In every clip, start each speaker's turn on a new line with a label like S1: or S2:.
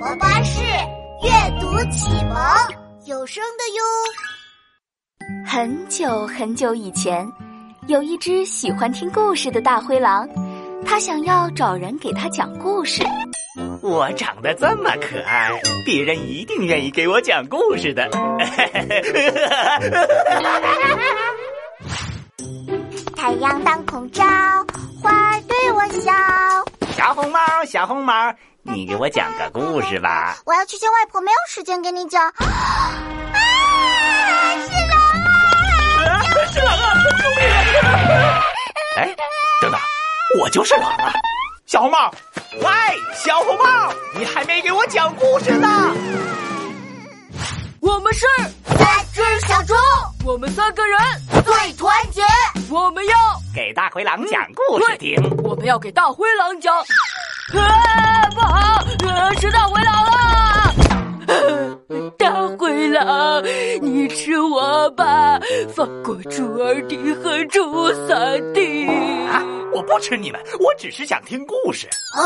S1: 蒙巴士阅读启蒙有声的
S2: 哟。很久很久以前，有一只喜欢听故事的大灰狼，它想要找人给它讲故事。
S3: 我长得这么可爱，别人一定愿意给我讲故事的。
S1: 太阳当空照，花儿对我笑。
S3: 小红帽，小红帽，你给我讲个故事吧。
S1: 我要去见外婆，没有时间给你讲。啊！是狼
S3: 啊！是狼啊！救命啊！哎，等等，我就是狼啊！小红帽。喂，小红帽，你还没给我讲故事呢。
S4: 我们是
S5: 三只小猪，
S4: 我们三个人
S5: 最团结。
S4: 我们要
S3: 给大灰狼讲故事听。
S4: 我们要给大灰狼讲。啊，不好，呃、吃大灰狼了、啊！ 大灰狼，你吃我吧，放过猪二弟和猪三弟。
S3: 啊我不吃你们，我只是想听故事。
S5: 啊！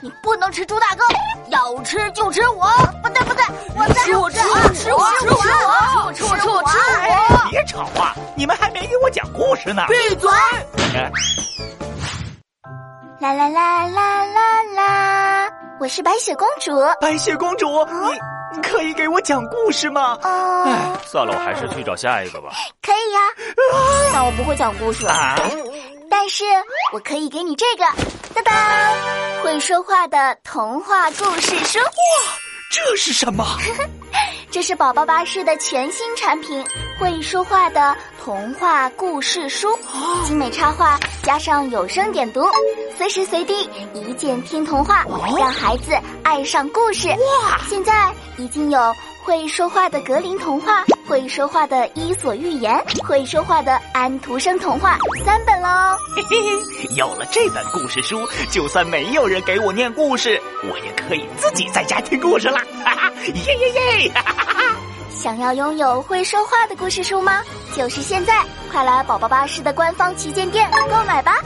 S5: 你不能吃猪大哥，要吃就吃我。不对不对，我
S4: 吃我吃我吃我吃我吃我吃我吃
S3: 我！别吵啊！你们还没给我讲故事呢。啊
S4: 闭嘴！
S1: 啦啦啦啦啦啦！我是白雪公主。
S4: 哎
S3: 白雪公主，你你可以给我讲故事吗？啊
S1: 哎，
S6: 算了，我还是去找下一个吧。
S1: 可以
S4: 哎
S5: 呀，但我不会讲故事。
S1: 啊
S3: 啊
S1: 但是我可以给你这个，当当，会说话的童话故事书。
S3: 哇，这是什么？
S1: 这是宝宝巴士的全新产品——会说话的童话故事书，精美插画加上有声点读，随时随地一键听童话，让孩子爱上故事。
S3: 哇，
S1: 现在已经有。会说话的格林童话，会说话的伊索寓言，会说话的安徒生童话，三本喽。
S3: 嘿嘿， 有了这本故事书，就算没有人给我念故事，我也可以自己在家听故事啦！哈哈，耶耶耶！哈哈
S1: 想要拥有会说话的故事书吗？就是现在，快来宝宝巴士的官方旗舰店购买吧。